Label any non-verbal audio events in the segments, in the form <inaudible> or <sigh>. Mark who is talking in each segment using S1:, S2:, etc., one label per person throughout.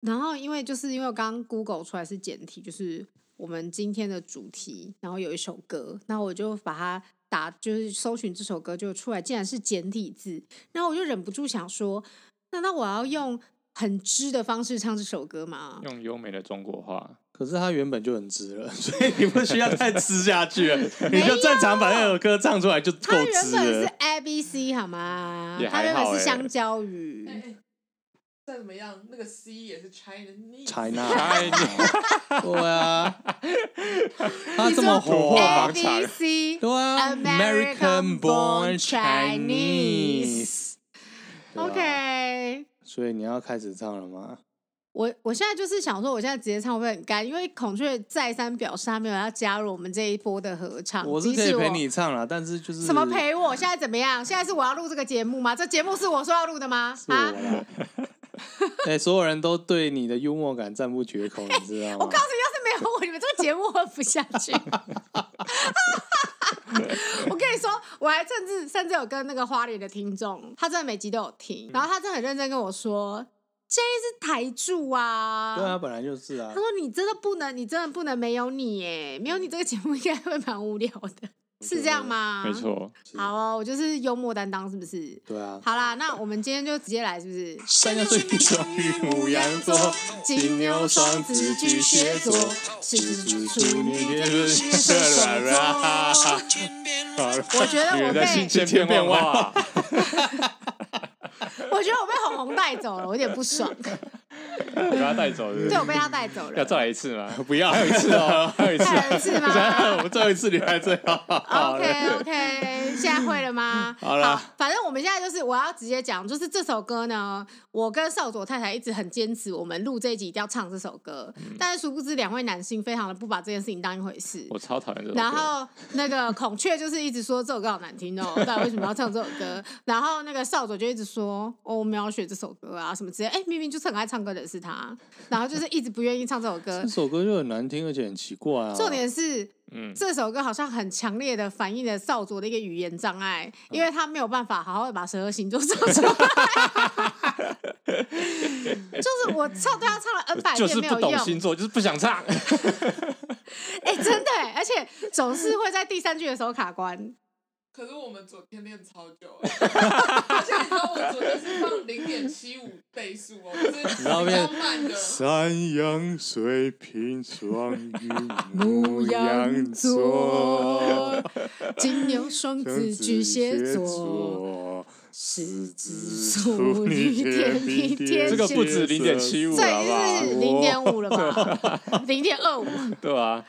S1: 然后因为就是因为我刚刚 Google 出来是简体，就是我们今天的主题，然后有一首歌，然后我就把它打，就是搜寻这首歌就出来，竟然是简体字，然后我就忍不住想说，难道我要用很知的方式唱这首歌
S2: <laughs>
S1: 吗？
S3: 用优美的中国话，
S1: 啊
S2: 可是它原本就很直了，所以你不需要再吃下去了，你就正常把那首歌唱出来就够
S1: 它原
S2: 直
S1: 本是
S2: 了。
S1: A B C 好吗？
S3: 也
S1: 它
S3: 还
S1: 原
S3: 好
S1: 本是
S3: 欸
S1: 香蕉鱼。
S4: 再怎么样，那个 C 也是 Chinese。
S2: China，
S3: 哎，你
S2: 对啊，他
S1: 你
S2: 这
S1: 说
S2: 么火
S3: 突破，
S1: A
S3: 盲
S1: B
S3: 肠
S1: C
S2: <laughs> 对啊
S1: American born
S2: born
S1: Chinese
S2: 对啊
S1: OK，
S2: 所以你要开始唱了吗？
S1: 我我现在就是想说，我现在直接唱会不会很干？因为孔雀再三表示他没有要加入我们这一波的合唱。
S2: 我是
S1: 即
S2: 可以
S1: 使
S2: 陪你唱啦，但是就是
S1: 什么陪我？现在怎么样？现在是我要录这个节目吗？这节目是我说要录的吗？
S2: 是我
S1: 啊！
S2: 啦。哎、所有人都对你的幽默感赞不绝口，你知道
S1: 我
S2: 吗
S1: 告？诉你，要是没有我，你们这个节目混不下去。 <laughs> 我跟你说，我还甚至甚至有跟那个花莲的听众，他真的每集都有听，然后他真的很认真跟我说，这是台柱啊。
S2: 对啊，本来就是啊
S1: 他。说：“你真的不能，你真的不能没有你耶！没有你这个节目应该会蛮无聊的，是这样吗？
S3: 没。错，
S1: 好哦，我就是幽默担当，是不是？
S2: 对啊。
S1: 好啦，那我们今天就直接来，是不是？
S2: 山羊水瓶双鱼母羊座，金牛双子巨蟹座，狮子处女天蝎射软软。
S1: 我觉得
S3: 女
S1: 我
S3: 人在心
S1: 被，
S3: 千变万化， <laughs>
S1: 我觉得我被红红带走了，我有点不爽。
S3: 我把他带走是不
S1: 对，我
S3: 是，
S1: 被他带走
S3: 要
S1: 了。
S3: 再来一
S1: <laughs>
S3: 次吗？
S2: 不要，还有一次哦，还有一次
S1: 再来一次吗
S2: <laughs> 我们最后一次你还最好。
S1: OK OK，现在会了吗？
S2: 好啦
S1: 反正我们现在就是我要直接讲，就是这首歌呢，我跟少佐太太一直很坚持，我们录这一集一定要唱这首歌，但是殊不知两位男性非常的不把这件事情当一回事。
S3: 我超讨厌这首歌。
S1: 然后那个孔雀就是一直说这首歌好难听哦，到底为什么要唱这首歌？然后那个少佐就一直说哦，我们要学这首歌啊什么之类。哎，明明就是很爱唱歌的是他，然后就是一直不愿意唱这首歌
S2: <laughs> 这。首歌就很难听，而且很奇怪啊。
S1: 重点是
S3: 嗯，
S1: 这首歌好像很强烈的反映了少佐的一个语言障碍，
S3: 嗯
S1: 因为他没有办法好好的把十二星座唱
S3: <laughs>
S1: 出来。就是我唱对他啊唱
S3: <laughs>
S1: 了 N 百
S3: 就是
S1: 遍没
S3: 不
S1: 有
S3: 懂
S1: 用，
S3: 星座，就是不想
S1: <laughs>
S3: 唱。
S1: 哎、真的、欸，而且总是会在第三句的时候卡关。
S4: 可是我们昨天练超久了， <laughs> 而且你知道我昨天是放零点七五倍速哦，我是比较慢的。
S2: 山羊、水瓶、双鱼、
S1: 牧羊 <laughs> 座、金牛、双子、巨蟹座、，狮子、处女、天平、天蝎，
S3: 这个不止0.75
S1: 这
S3: 好不好
S1: 已经是零点五了吧？零点二五。
S3: 对啊，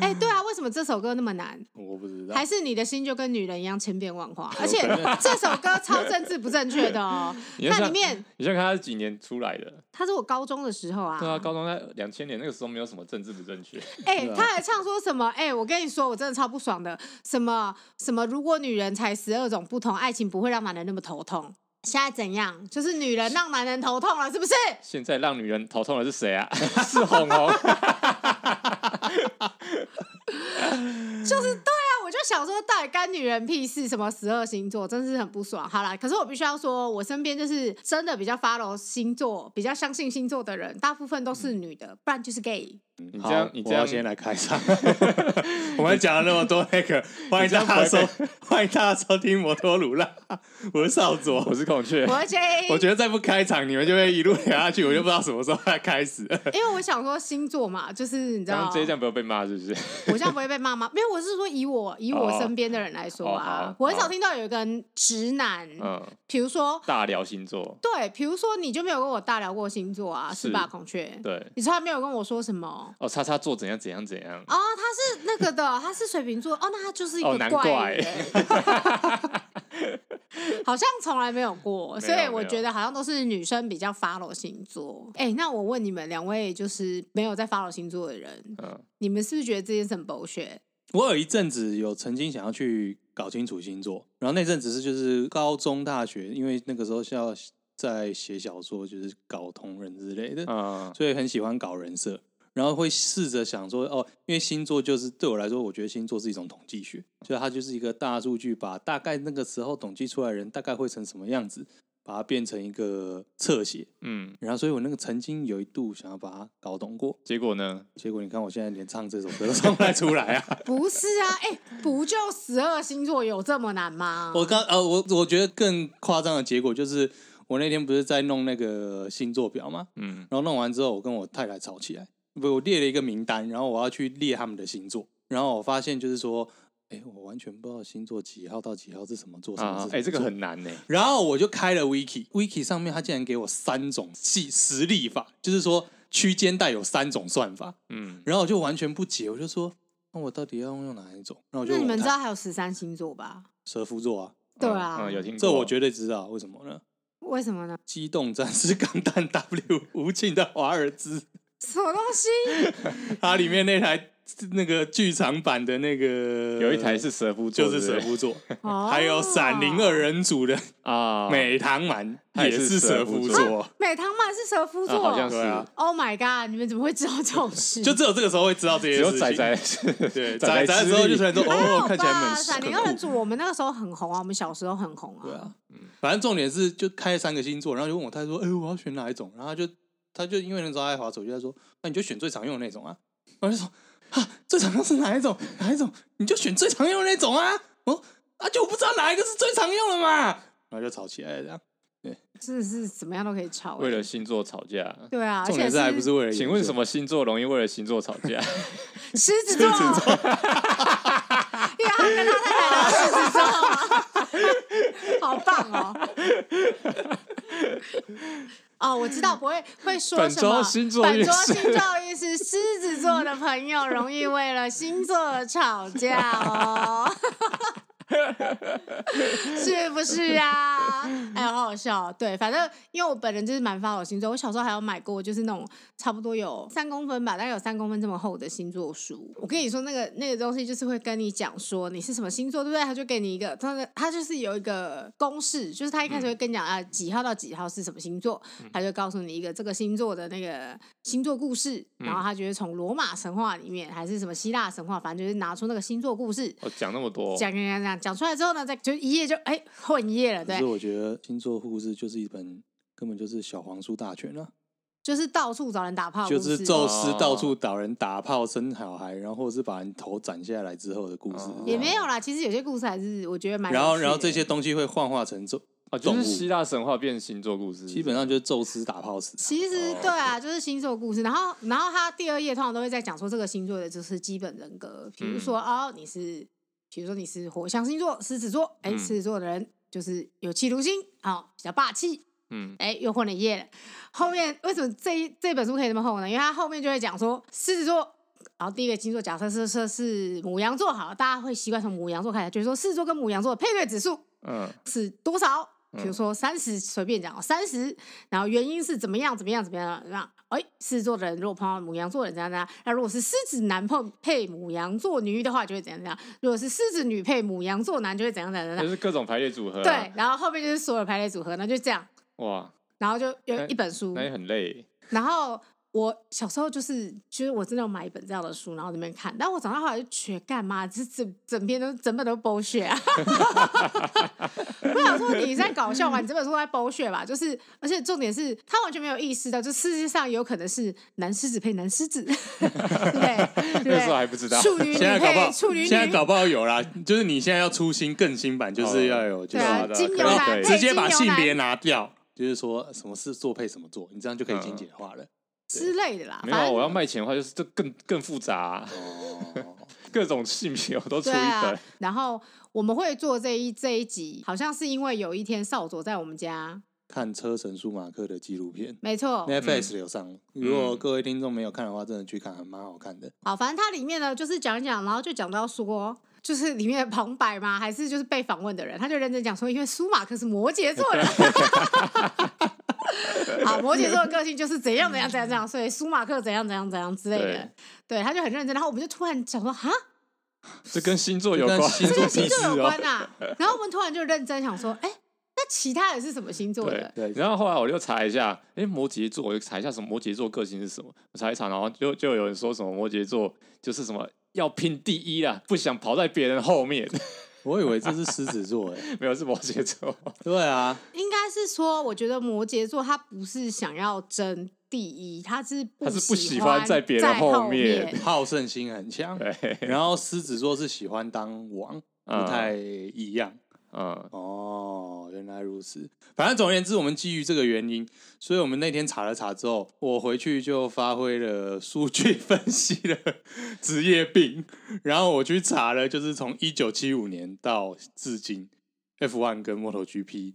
S1: 哎、对啊，为什么这首歌那么难？
S2: 我不知道
S1: 还。是你的心就跟女人一样千变万化，而且这首歌超政治不正确的
S2: <laughs>
S1: 哦。
S3: 你就
S1: 那里
S3: 像
S1: 面
S3: 你像看他是几年出来的，
S1: 他是我高中的时候啊，
S3: 对啊，高中在两千年那个时候没有什么政治不正确，
S1: 哎、
S2: 啊
S1: 他还唱说什么？哎、我跟你说，我真的超不爽的，什么什么？如果女人才十二种不同，爱情不会让男人那么头痛。现在怎样？就是女人让男人头痛了，是不是？
S3: 现在让女人头痛的是谁啊？ <laughs> 是红
S1: <laughs>
S3: 红，
S1: 就是对啊，我就想说，到底干女人屁事？什么十二星座，真是很不爽。好啦，可是我必须要说，我身边就是真的比较 follow 星座、比较相信星座的人，大部分都
S3: 嗯
S1: 是女的，不然就是 gay。
S3: 你
S2: 好
S3: 这样你
S2: 我
S3: 这
S2: 要
S3: 样
S2: 先来开 <laughs> 场。我们讲了那么多那个，欢迎大家
S3: 你这
S2: 收
S3: 样，
S2: <laughs> 欢迎大家收听摩托鲁啦，我是少佐，
S3: 我是孔雀，
S1: 我而且，
S3: <laughs>
S2: 我觉得再不开场，你们就会一路聊下去，我就不知道什么时候才开始。
S1: 因为我想说星座嘛，就是你知
S3: 刚
S1: 道
S3: 刚，这一讲不要被骂是
S1: <laughs>
S3: 不是？
S1: 我这样不会被骂吗？没有，我是说以我以我
S3: 哦
S1: 身边的人来说
S3: 好
S1: 啊
S3: 好，
S1: 我很少
S3: 好
S1: 听到有一个人直男，
S3: 嗯，
S1: 比如说
S3: 大聊星座，
S1: 对，比如说你就没有跟我大聊过星座啊，是
S3: 是
S1: 吧，孔雀？
S3: 对，
S1: 你从来没有跟我说什么。
S3: 哦，叉叉座怎样怎样怎样，
S1: 哦，他是那个的， <laughs> 他是水瓶座，哦，那他就是一
S3: 哦
S1: 个
S3: 难
S1: 怪
S3: 怪
S1: 人， <laughs> 好像从来没有过，
S3: 没有
S1: 所以
S3: 没
S1: 我
S3: 有
S1: 觉得好像都是女生比较 follow 星座。哎、那我问你们两位，就是没有在 follow 星座的人，
S3: 嗯，
S1: 你们是不是觉得这件事很 bullshit？
S2: <laughs> 我有一阵子有曾经想要去搞清楚星座，然后那阵子是就是高中、大学，因为那个时候是要在写小说，就是搞同人之类的，
S1: 啊
S3: 嗯，
S2: 所以很喜欢搞人设，然后会试着想说，哦，因为星座就是对我来说，我觉得星座是一种统计学，所以它就是一个大数据，把大概那个时候统计出来的人大概会成什么样子，把它变成一个侧写，
S3: 嗯，
S2: 然后所以我那个曾经有一度想要把它搞懂过，
S3: 结果
S2: <laughs>
S3: 呢？
S2: 结果你看我现在连唱这首歌都唱不太出来啊！
S1: 不是啊， <laughs> 哎、不就十二星座有这么难吗？
S2: 我刚呃，我我觉得更夸张的结果就是，我那天不是在弄那个星座表吗？
S3: 嗯，
S2: 然后弄完之后，我跟我太太吵起来。不，我列了一个名单，然后我要去列他们的星座，然后我发现就是说，哎，我完全不知道星座几号到几号是什么座，什么
S3: 啊
S2: 是，
S3: 哎，
S2: 什
S3: 这个
S2: 么座
S3: 很难呢。
S2: 然后我就开了 Wiki，Wiki 上面它竟然给我三种系实例法，就是说区间带有三种算法，
S3: 嗯，
S2: 然后我就完全不解，我就说那我到底要用哪一种？然后我就
S1: 那你
S2: 问我
S1: 们知
S2: 太
S1: 道还有十三星座吧？
S2: 蛇夫座啊，
S1: 对啊
S3: 嗯，有听过。
S2: 这我绝对知道，为什么呢？
S1: 为什么呢？
S2: 机动战士钢弹 W 无尽的华尔兹，
S1: 什么东
S3: <laughs>
S1: 西？
S2: 它里面那台那个剧场版的那个
S3: 有一台是蛇夫座，
S2: 就是
S3: 对
S2: 蛇
S3: 不对
S2: 夫座，
S1: 哦
S2: 还有闪灵二人组的
S3: 啊，
S2: 美堂满
S3: 它
S2: 也
S3: 也是
S2: 是蛇
S3: 蛇
S2: 夫
S3: 夫
S2: 座，
S1: 美堂曼是蛇夫座，
S3: 啊好像
S2: 对啊
S3: 是，
S1: Oh my god！你们怎么会知道这种事？
S2: <laughs> 就只有这个时候会知道这些
S3: 只
S2: 事
S3: 有
S2: 情。
S3: 仔仔是 <laughs>
S2: 对，
S3: 仔
S2: 仔仔的时候就突然说
S1: 还好
S2: 哦，看起来
S1: 吧
S2: 很
S1: 闪灵
S2: 很
S1: 二人
S2: 酷
S1: 组，我们那个时候很红啊，我们小时候很红啊。
S2: 对啊，反正重点是就开三个星座，然后就问我他说，哎、我要选哪一种？然后他就他就因为那时候他在滑手机，他说，那你就选最常用的那种啊。我就说，啊，最常用是哪一种？哪一种？你就选最常用的那种啊。哦，啊，就我不知道哪一个是最常用的嘛。然后就吵起来了，这样。
S1: 真的是怎么样都可以吵欸。
S3: 为了星座吵架。
S1: 对啊，而
S2: 重
S1: 且
S2: 点是还不是为了，
S3: 请问什
S2: 么？
S3: 么星座容易为了星座吵
S2: <laughs>
S3: 架？
S1: 狮子座，因为他跟他太太都是狮子座啊，好棒哦！哦，我知道不会会说
S3: 本
S1: 什
S3: 周
S1: 么。
S3: 星座
S1: 本
S3: 运
S1: 周
S3: 势
S1: 星座运势，狮子座的朋友容易为了星座吵架哦， <laughs> 是不是啊？哎，好好笑哦。对，反正因为我本人就是蛮 follow 星座，我小时候还有买过，就是那种差不多有三公分吧，大概有三公分这么厚的星座书。我跟你说，那个那个东西就是会跟你讲说你是什么星座，对不对？他就给你一个，他的他就是有一个公式，就是他一开始会
S2: 嗯
S1: 跟你讲、啊几号到几号是什么星座，他就告诉你一个这个星座的那个星座故事，然
S2: 嗯
S1: 后他就会从罗马神话里面还是什么希腊神话，反正就是拿出那个星座故事。
S2: 哦
S3: 我讲那么多，
S1: 讲讲讲讲讲出来之后呢，再就一页就哎、混一页了，
S2: 可
S1: 对
S2: 是，我觉得星座故事就是一本根本就是小黄书大全啊。
S1: 就是到处找人打炮的
S2: 就
S1: 故
S2: 是
S1: 事，
S2: 宙斯
S3: 哦
S2: 到处打人、打炮、生小孩，然后或者是把人头斩下来之后的故事
S3: 哦，
S1: 也没有啦。其实有些故事还是我觉得蛮有
S2: 啊然后，
S1: 趣
S2: 然后
S1: 的
S2: 这些东西会幻化成宙，
S3: 啊，就
S2: 动物
S3: 是希腊神话变星座故事，
S2: 基本上就是宙斯打炮死。
S1: 其实对啊，就是星座故事。然后，然后他第二页通常都会在讲说这个星座的就是基本人格，比如说、哦，你是，比如说你是火象星座，狮子座，哎，
S3: 嗯
S1: 狮子座的人就是有气如心，好、比较霸气，
S3: 嗯，
S1: 哎，又混了一页了。后面为什么这一这本书可以这么厚呢？因为它后面就会讲说狮子座。然后第一个星座，假设是是是母羊座，好了，大家会习惯从母羊座开始，就是说狮子座跟母羊座的配对指数
S3: 嗯
S1: 是多少？比如
S3: 嗯
S1: 说三十，随便讲哦三十，然后原因是怎么样怎么样怎么样，让哎狮子座的人如果碰到母羊座的人怎样怎样，那如果是狮子男碰配母羊座女的话就会怎样怎样，如果是狮子女配母羊座男就会怎样怎样怎
S3: 就
S1: 样，
S3: 是各种排列组合啊。
S1: 对，然后后面就是所有排列组合，那就这样，
S3: 哇，
S1: 然后就有
S3: 那
S1: 一本书，
S3: 那也很累。
S1: 然后我小时候就是，就是我真的有买一本这样的书，然后在那边看。但我长大后来就觉得干嘛？这整整篇都整本都剥削啊！ <laughs> 我想说你在搞笑嘛，你这本书都在剥削吧？就是，而且重点是他完全没有意识到，这世界上有可能是男狮子配男狮子，对不对？对不
S3: 那时候
S1: 对
S3: 还不知道，
S1: 处女女
S2: 现在搞不
S1: 配
S2: 好，
S1: 处女女，
S2: 现在搞不好有啦，就是你现在要出新更新版，就是要有，就
S1: 对
S2: 是
S1: 啊，
S3: 知道
S1: 金
S3: 可以
S1: 牛
S3: 可以
S1: 男配
S2: 直接
S1: 金
S2: 把
S1: 牛
S2: 性
S1: 男
S2: 别拿掉，就是说什么是做配什么做，你这样就可以
S3: 嗯
S2: 精简化了。
S1: 之类的啦，
S3: 没有
S1: 反
S3: 啊，
S1: 正
S3: 我要卖钱的话，就是这更更复杂啊，
S2: 哦，
S3: <laughs> 各种性别我都出一
S1: 对
S3: 本
S1: 啊。， <laughs> 然后我们会做这一这一集，好像是因为有一天少佐在我们家，
S2: 看车神舒马克的纪录片
S1: 没错，
S2: ，Netflix 有上，如果各位听众没有看的话，真的去看，还蛮好看的。
S1: 好，反正它里面呢就是讲一讲，然后就讲到说，就是里面的旁白嘛，还是就是被访问的人，他就认真讲说，因为舒马克是摩羯座的。
S3: <laughs>
S1: 好，摩羯座的个性就是怎样怎样怎样怎样，所以舒马克怎样怎样怎样之类的，对，他就很认真。然后我们就突然想说，
S3: <laughs>
S1: 哈，
S3: 这跟星座有关
S2: 这，跟
S1: <laughs>
S2: 星
S1: 这跟星
S2: 座
S1: 座有
S2: 屁事哦
S1: 关啊。然后我们突然就认真想说，哎、那其他人是什么星座的？
S3: 对
S2: 对，
S3: 然后后来我就查一下，哎，摩羯座，我就查一下什么摩羯座个性是什么，我查一查，然后就就有人说什么摩羯座就是什么要拼第一啦，不想跑在别人后面， <laughs>
S2: 我以为这是狮子座，哎，
S3: 没有是摩羯座，
S2: 对啊，
S1: 应该该是说，我觉得摩羯座他不是想要争第一，他是
S3: 他是不
S1: 喜
S3: 喜欢在别人后
S1: 后
S3: 面
S2: 好胜心很 <laughs> 强。
S3: 对，
S2: 然后狮子座是喜欢当王，
S3: 嗯
S2: <laughs> 不太一样。
S3: 嗯，
S2: 哦，原来如此。反正总而言之，我们基于这个原因，所以我们那天查了查之后，我回去就发挥了数据分析的 <laughs> 职业病，然后我去查了，就是从一九七五年到至今，F1 跟 MotoGP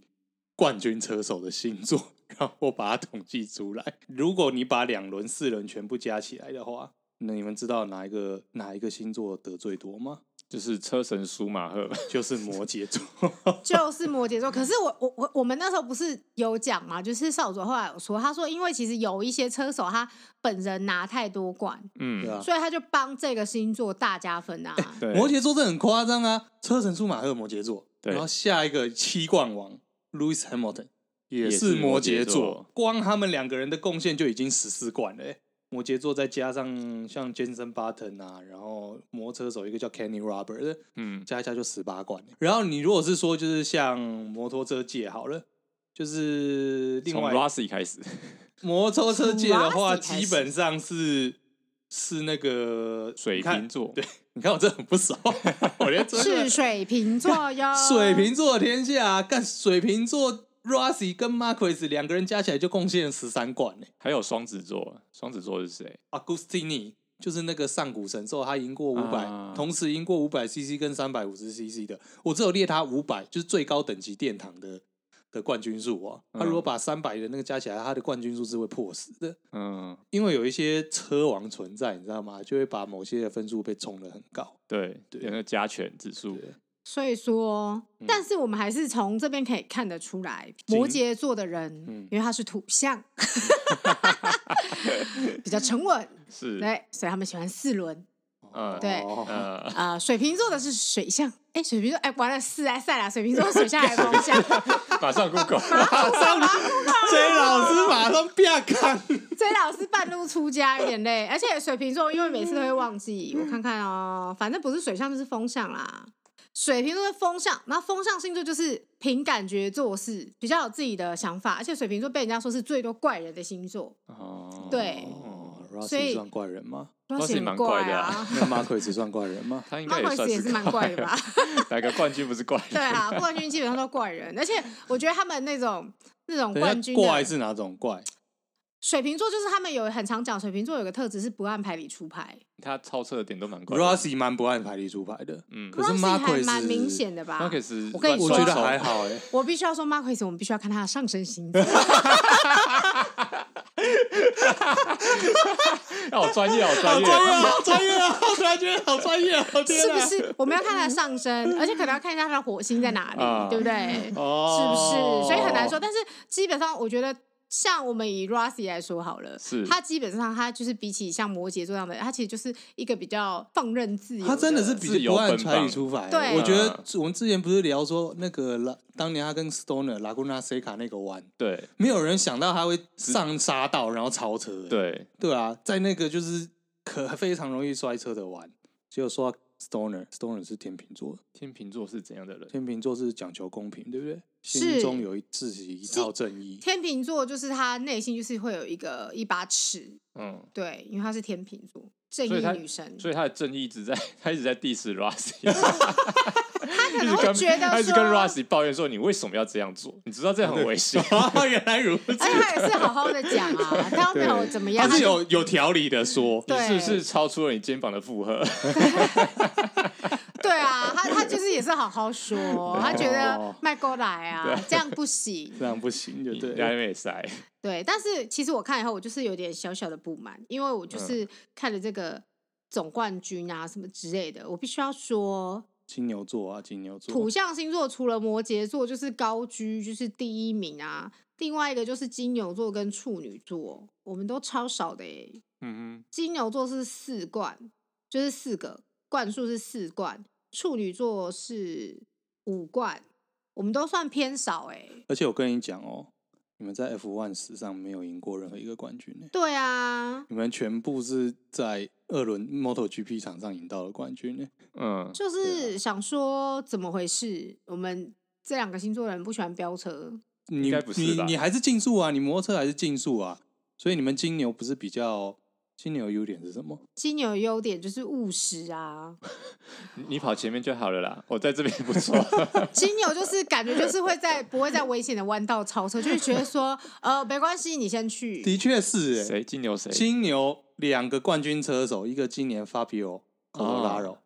S2: 冠军车手的星座，然后我把它统计出来。如果你把两轮、四轮全部加起来的话，那你们知道哪一个哪一个星座得最多吗？
S3: 就是车神舒马
S2: <laughs>
S3: 赫，
S2: 就是摩羯座。 <laughs>
S1: 就是摩羯座。可是我我我我们那时候不是有讲嘛，就是少佐后来有说，他说因为其实有一些车手他本人拿太多冠，
S3: 嗯
S2: 对，啊
S1: 所以他就帮这个星座大加分
S3: <laughs>
S1: 啊。
S3: 对，
S2: 摩羯座这很夸张啊！车神舒马赫摩羯座，
S3: 对
S2: 然后下一个七冠王 Lewis Hamilton 也
S3: 是
S2: 是摩羯
S3: 摩羯座
S2: 光他们两个人的贡献就已经十四冠了、欸。摩羯座再加上像 Jenson Button 啊，然后摩托车手一个叫 Kenny Robert，
S3: 嗯，
S2: 加一加就十八冠、欸然后你如果是说就是像摩托车界好了，就是另
S3: 从
S2: 外
S3: Rossi 开始，
S2: 摩托车界的话，
S1: 从 Rossi 开始
S2: 基本上是是那个
S3: 水瓶座
S2: 你看对，你看我这很
S3: <laughs>
S2: 不熟，我连这
S1: 是
S2: 个，
S1: 水瓶座哟
S2: 水瓶座的天下，干水瓶座 Rossi 跟 Marquez 两个人加起来就贡献了十三冠呢、
S3: 还有双子座，双子座是谁？
S2: Agustini 就是那个上古神兽，他赢过五百、
S3: 啊
S2: 同时赢过五百 CC 跟三百五十 CC 的。我只有列他五百，就是最高等级殿堂的的冠军数哦。他如果把三百的那个加起来，他的冠军数是会破十的。
S3: 嗯，
S2: 因为有一些车王存在，你知道吗？就会把某些的分数被冲得很高。
S3: 对，
S2: 对
S3: 有那个加权指数，
S1: 所以说，但是我们还是从这边可以看得出来，摩羯座的人，因为他是土象，比较沉稳，
S3: 是，
S1: 对，所以他们喜欢四轮。
S3: 嗯，
S1: 对
S2: 哦
S3: 呃，
S1: 啊、水瓶座的是水象，哎，水瓶座，哎，完了，是啊，赛啦，水瓶座水象还是风象？
S3: 马
S1: <laughs>
S3: 上 Google，
S2: ，J 老师马上变康。
S1: 所以老师半路出家有点累，而且水瓶座因为每次都会忘记，我看看哦，反正不是水象就是风象啦。水瓶座是风象，然后风象星座就是凭感觉做事，比较有自己的想法，而且水瓶座被人家说是最多怪人的星座，
S3: 哦，
S1: 对
S2: 哦
S1: 所以
S2: ，Rossi 算怪人吗？
S1: 都
S3: 是蛮怪的
S1: <laughs>
S3: 啊
S1: 啊。
S2: 那 Marquez 算怪人 <laughs> 吗？
S3: 他应
S1: 马
S3: 该
S1: 奎
S3: 也
S1: 斯也
S3: 算
S1: 是蛮怪的吧？？
S3: 哪个冠军不是怪人？
S1: 对啊，冠军基本上都怪人，而且我觉得他们那种那种
S2: 等
S1: 冠
S2: 一下
S1: 军
S2: 怪
S1: 的
S2: 是哪种怪？
S1: 水瓶座，就是他们有很常讲，水瓶座有个特质是不按牌理出牌，
S3: 他超车的点都蛮怪的。
S2: Rossi 蛮不按牌理出牌的，
S3: 嗯
S2: 可是
S1: Rossi 还
S2: Marquez
S1: 蛮明显的吧？
S3: 他可是
S1: 我跟你
S2: 我
S1: 说
S2: 觉得还好哎、
S1: 我必须要说 Marcus，我们必须要看他的上身星
S3: <laughs>
S1: 座。
S3: 要好哦专业，好专业，
S2: 好专业啊！我突然觉得好专业啊！
S1: 是不？是？我们要看他的上
S3: <laughs>
S1: 身，而且可能要看一下他的火星在哪里，
S3: 啊
S1: 对不对？
S2: 哦
S1: 是不是？所以很难说。但是基本上，我觉得像我们以 Rossi 来说好了，
S3: 是
S1: 他基本上他就是比起像摩羯座这样的，他其实就是一个比较放任自由。
S2: 他真的是比较不按牌理出牌、
S1: 对
S2: 我觉得我们之前不是聊说那个拉，当年他跟 Stoner 拉古纳塞卡那个弯，
S3: 对
S2: 没有人想到他会上沙道然后超车、欸。
S3: 对，
S2: 对啊，在那个就是可非常容易摔车的弯。结果说到 Stoner，Stoner 是天秤座，
S3: 天秤座是怎样的人？
S2: 天秤座是讲求公平，对不对？
S1: 是
S2: 心中有一自己一套正义。
S1: 天秤座，就是他内心就是会有一个一把尺，
S3: 嗯，
S1: 对，因为他是天秤座，正
S3: 所以
S1: 义
S3: 他
S1: 女神。
S3: 所以他的正义一直在，他一直在 diss Rossi，他
S1: 可能会觉得
S3: 他一直跟
S1: 说
S3: Rossi 抱怨说你为什么要这样做？你知道这样很危险。
S2: 哦， <laughs> 原来如
S1: <laughs>
S2: 此
S1: 而且哎他也是好好的讲
S3: <laughs>
S1: 啊，他又没有怎么样，
S2: 他是有有条理的说，
S1: <laughs>
S3: 你
S1: 对
S3: 是不是超出了你肩膀的负荷？
S1: 对啊，他他就是也是好好说，他觉得迈过来啊，这样不行。
S2: 这样不行， <laughs> 就对
S3: 两
S2: 了。
S3: 边也塞，
S1: 对，但是其实我看以后，我就是有点小小的不满，因为我就是看了这个总冠军啊什么之类的，我必须要说，
S2: 金牛座啊，金牛座
S1: 土，象星座除了摩羯座就是高居就是第一名啊，另外一个就是金牛座跟处女座，我们都超少的耶、
S3: 嗯
S1: 金牛座是四冠，就是四个冠数是四冠，处女座是五冠，我们都算偏少哎、
S2: 而且我跟你讲哦，你们在 F1 史上没有赢过任何一个冠军呢，
S1: 对啊，
S2: 你们全部是在二轮 MotoGP 场上赢到了冠军呢。
S3: 哼，嗯，
S1: 就是想说怎么回事？我们这两个星座的人不喜欢飙车，
S2: 你
S3: 应该不是
S2: 你
S3: 吧
S2: 你还是竞速啊，你摩托车还是竞速啊，所以你们金牛不是比较金牛优点是什么？
S1: 金牛的优点就是务实啊，
S3: 你你跑前面就好了啦，我在这边不错。
S1: 金牛就是感觉就是会在不会在危险的弯道超车，就是觉得说呃没关系，你先去。
S2: 的确是、欸，
S3: 谁金牛谁？
S2: 金牛两个冠军车手，一个今年 Fabio Quartararo，、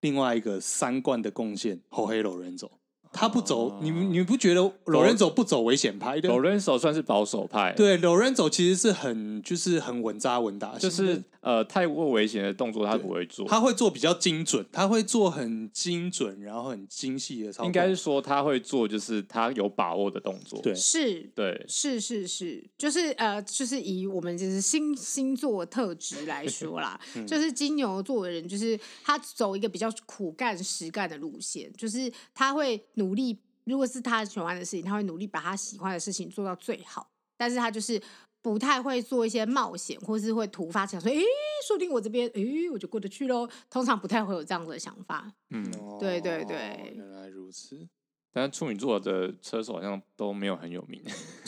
S2: 另
S3: 哦
S2: 外一个三冠的贡献后黑 Lorenzo。他不走，你们你不觉得 Lorenzo 不走危险牌的？
S3: 哦 Lorenzo 算是保守派，，
S2: 对，Lorenzo 其实是很就是很稳扎稳打型的，
S3: 就是呃太过危险的动作他不会做，
S2: 他会做比较精准，他会做很精准，然后很精细的操作。
S3: 应该是说他会做就是他有把握的动作。
S2: 对
S1: 是
S3: 对，
S1: 是是是，就是呃，就是以我们就是星星座特质来说啦，就是金牛座的人，就是他走一个比较苦干实干的路线，就是他会努力，如果是他喜欢的事情，他会努力把他喜欢的事情做到最好，但是他就是。不太会做一些冒险，或是会突发想说，诶、说不定我这边，诶、我就过得去喽。通常不太会有这样子的想法。
S3: 嗯，
S2: 哦
S1: 对对对
S2: 原来如此。
S3: 但是处女座的车手好像都没有很有名，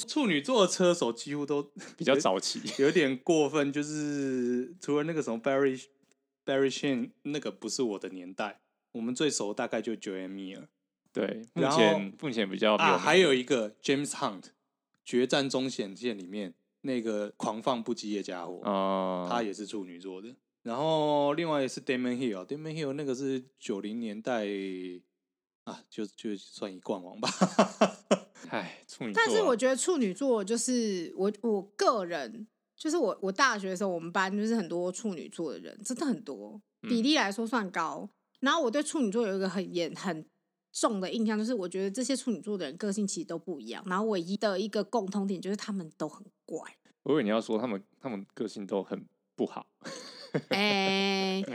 S2: 处女座的车手几乎都
S3: 比较早期。
S2: 有点过分，就是除了那个什么 Barry Barry Sheen 那个不是我的年代，我们最熟大概就 Joe Mir
S3: 对，目
S2: 然后
S3: 前目前比较有名
S2: 啊，还有一个 James Hunt，《决战中显线》里面那个狂放不羁的家伙，
S3: 哦，
S2: 他也是处女座的。然后另外也是 Damon Hill，Damon Hill 那个是九零年代啊，就就算一冠 <laughs> 王吧。
S3: 唉，处女座啊。
S1: 但是我觉得处女座就是我我个人，就是我我大学的时候，我们班就是很多处女座的人，真的很多，比例来说算高。然后我对处女座有一个很严很重的印象，就是我觉得这些处女座的人个性其实都不一样，然后唯一的一个共通点就是他们都很怪。
S3: 我以为你要说他们他们个性都很不好，
S1: 哎、 <laughs>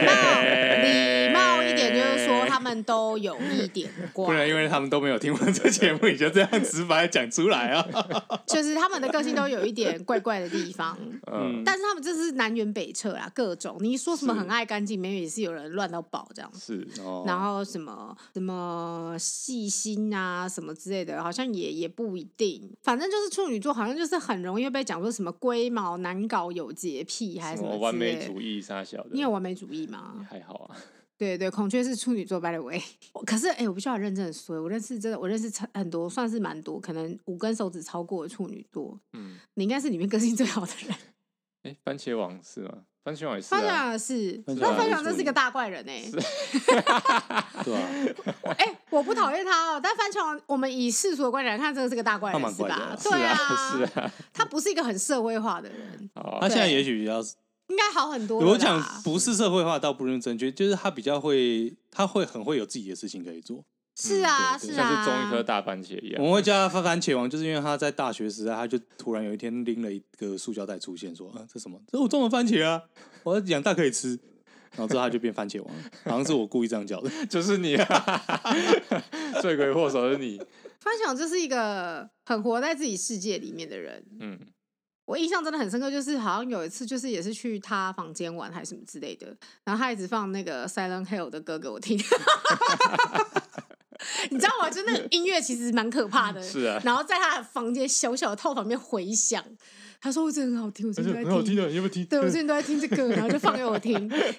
S1: 礼貌礼貌一点，就是说他们都有一点
S2: 不然
S1: 怪，
S2: 因为他们都没有听过这节目，你就这样直白地讲出来啊。
S1: 就是他们的个性都有一点怪怪的地方。
S3: 嗯，
S1: 但是他们这是南辕北辙啦，各种你说什么
S3: 是
S1: 很爱干净，没有也是有人乱到爆这样子。
S3: 是
S2: 哦
S1: 然后什么什么细心啊，什么之类的，好像也也不一定。反正就是处女座，好像就是很容易被讲说什么龟毛、难搞、有洁癖，还是
S3: 什么
S1: 么
S3: 完
S1: 之
S3: 美
S1: 类
S3: 主义啥小的，
S1: 你有完美主义吗？
S3: 还好啊，
S1: 对对，孔雀是处女座，by the way。我 <laughs> 可是哎、我必须要认真的说，我认识真的，我认识很多，算是蛮多，可能五根手指超过的处女座。
S3: 嗯，
S1: 你应该是里面个性最好的人。
S3: 哎，番茄王是吗？番茄王也是
S1: 分
S3: 啊，
S1: 享是，
S2: 分享
S1: 那分
S2: 是
S1: 享真
S2: 处
S1: 是
S2: 女
S1: 个大怪人哎、
S2: 对啊，
S1: 哎、我不讨厌他哦，但范乔，我们以世俗的观点来看，真的是个大怪
S2: 他
S1: 人，
S2: 蛮
S1: 是
S2: 怪的
S1: 吧
S2: 啊？
S1: 对
S3: 是
S1: 啊，
S3: 啊，
S1: 他不是一个很社会化的人，
S3: 好啊
S2: 他现在也许比较，
S1: 应该好很多了啦。
S2: 我讲不是社会化倒不是正确，就是他比较会，他会很会有自己的事情可以做。
S1: 是啊，
S2: 嗯对对
S1: 是
S3: 像
S1: 啊，
S3: 是种一颗大番茄一
S1: 嗯
S2: 我
S3: 样，
S2: 们会叫他番番茄王，就是因为他在大学时代，他就突然有一天拎了一个塑胶袋出现，说：“啊，这什么？这是我种的番茄
S1: <laughs>
S2: 啊，我养大可以吃。”然后之后他就变番茄王，好像是我故意这
S1: <laughs>
S2: 样叫的。
S3: 就是你啊， <laughs> 罪魁祸首是你，
S1: 范乔就是一个很活在自己世界里面的人。
S3: 嗯，
S1: 我印象真的很深刻，就是好像有一次，就是也是去他房间玩还是什么之类的，然后他一直放那个 Silent Hill 的歌给我
S2: <laughs>
S1: 听， <laughs> 你知道吗？就那个音乐其实蛮可怕的，
S3: 是啊， <laughs>
S1: 然后在他的房间小小的套房里面回响，他说：“我这很好听，我最近都在听。
S3: 的，你有没有听
S1: 对，我最近都在听这个，然后就放给我听。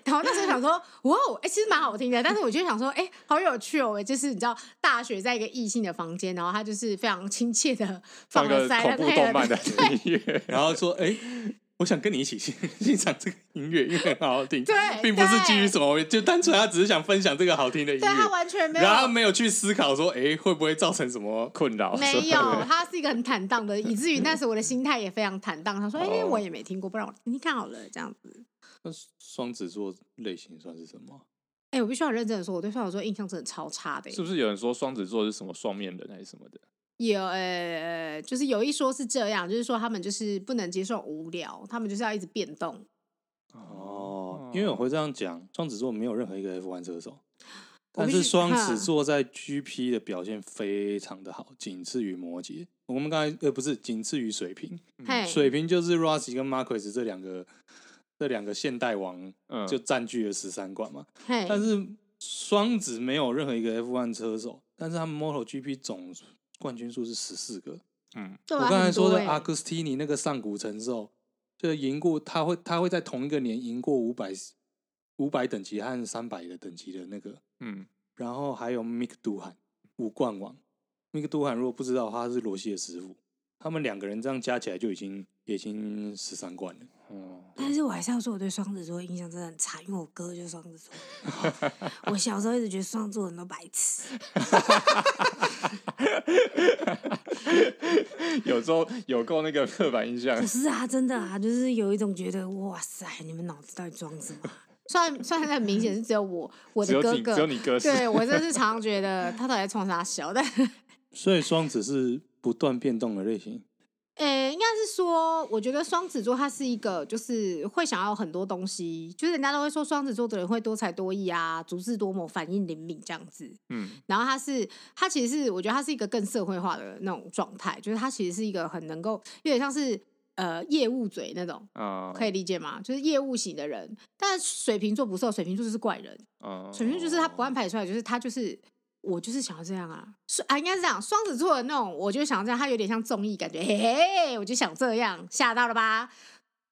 S1: 然后那时候想说，哇哦，哎、其实蛮好听的。但是我就想说，哎、好有趣哦！就是你知道，大学在一个异性的房间，然后他就是非常亲切的放
S3: 放
S1: 了
S3: 个恐
S1: Silent
S3: 怖动漫
S1: Hill
S3: 的
S1: <laughs>
S3: 音乐，
S2: 然后说：“哎、我想跟你一起欣欣赏这个音乐，因为很好听。”
S1: 对
S2: 并不是基于
S1: 对
S2: 什么，就单纯他只是想分享这个好听的音
S1: 对他
S2: 乐，
S1: 完全没有
S2: 然后没有去思考说：“哎、会不会造成什么
S3: 困扰
S1: 没有，他是一个很坦荡的，以至于那时候我的心态也非常坦荡。他说：“哎、
S3: 哦
S1: 我也没听过，不然我听听看好了。”这样子。
S2: 那双子座类型算是什么？
S1: 哎、我必须要认真的说，我对双子座印象真的超差的、欸
S3: 是不是有人说双子座是什么双面人还是什么的？
S1: 有呃，就是有一说是这样，就是说他们就是不能接受无聊，他们就是要一直变动。
S2: 哦，因为我会这样讲，双子座没有任何一个 F1 车手，
S1: 我
S2: 但
S1: 必
S2: 是
S1: 须
S2: 双
S1: 哈
S2: 子座在 GP 的表现非常的好，仅次于摩羯。我们刚才呃不是，仅次于水瓶，
S1: 嘿，
S2: 水瓶就是 Rossi 跟 Marquez 这两个这两个现代王
S3: 嗯，
S2: 就占据了十三冠嘛。
S1: 嘿，
S2: 但是双子没有任何一个 F1 车手，但是他们 MotoGP 总冠军数是十四个。
S3: 嗯，
S1: 对吧？
S2: 我刚才
S1: 很多
S2: 说的
S1: 欸
S2: 阿格斯蒂尼那个上古神兽，就是赢过他会他会在同一个年赢过五百五百等级和三百的等级的那个，
S3: 嗯，
S2: 然后还有 Mick 杜汉五冠王，Mick 杜汉如果不知道他是罗西的师傅，他们两个人这样加起来就已经已经十三冠了。
S3: 哦，
S1: 但是我还是要说，我对双子座的印象真的很差，因为我哥就是双子座。我小时候一直觉得双子座人都白痴，
S3: 有时候有够那个刻板印象
S1: 可，是啊，真的啊，就是有一种觉得，哇塞，你们脑子到底装什么啊？虽然虽然很明显是只有我，我
S3: 只
S1: 的
S3: 有
S1: 哥
S3: 你只有
S1: 哥，
S3: 你哥是，
S1: 对我真是常常觉得他到底在冲啥小，但
S2: 所以双子是不断变动的类型。
S1: 呃，应该是说，我觉得双子座他是一个，就是会想要很多东西，就是人家都会说双子座的人会多才多艺啊，足智多谋，反应灵敏这样子。
S3: 嗯
S1: 然后他是，他其实是，我觉得他是一个更社会化的那种状态，就是他其实是一个很能够，有点像是呃业务嘴那种，
S3: 啊，
S1: 可以理解吗？就是业务型的人。但水瓶座不受，水瓶座就是怪人，
S3: 嗯，
S1: 水瓶座就是他不按牌理出来，就是他就是我就是想要这样啊，是啊，应该是这样。双子座的那种，我就想要这样，他有点像综艺感觉，嘿嘿，我就想这样，吓到了吧？